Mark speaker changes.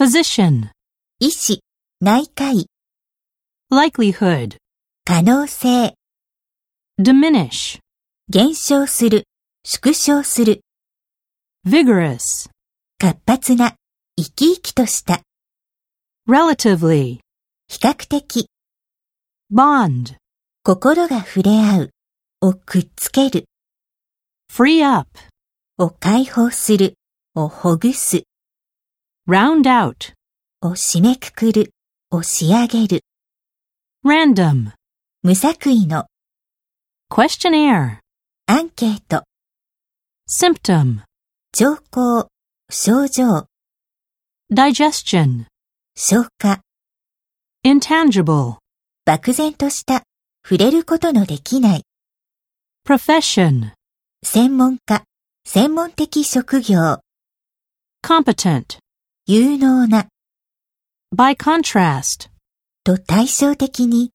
Speaker 1: physician,
Speaker 2: 医師、内科医、
Speaker 1: likelihood,
Speaker 2: 可能性、
Speaker 1: diminish,
Speaker 2: 減少する、縮小する、
Speaker 1: vigorous,
Speaker 2: 活発な、生き生きとした、
Speaker 1: relatively,
Speaker 2: 比較的、
Speaker 1: bond,
Speaker 2: 心が触れ合う、をくっつける、
Speaker 1: free up,
Speaker 2: を解放する、をほぐす、
Speaker 1: round out,
Speaker 2: を締めくくる、を仕上げる、
Speaker 1: random,
Speaker 2: 無作為の、
Speaker 1: questionnaire,
Speaker 2: アンケート、
Speaker 1: symptom,
Speaker 2: 兆候、症状、
Speaker 1: digestion,
Speaker 2: 消化、
Speaker 1: intangible,
Speaker 2: 漠然とした、触れることのできない、
Speaker 1: profession,
Speaker 2: 専門家、専門的職業、
Speaker 1: competent,
Speaker 2: 有能な、
Speaker 1: by contrast.
Speaker 2: と対照的に、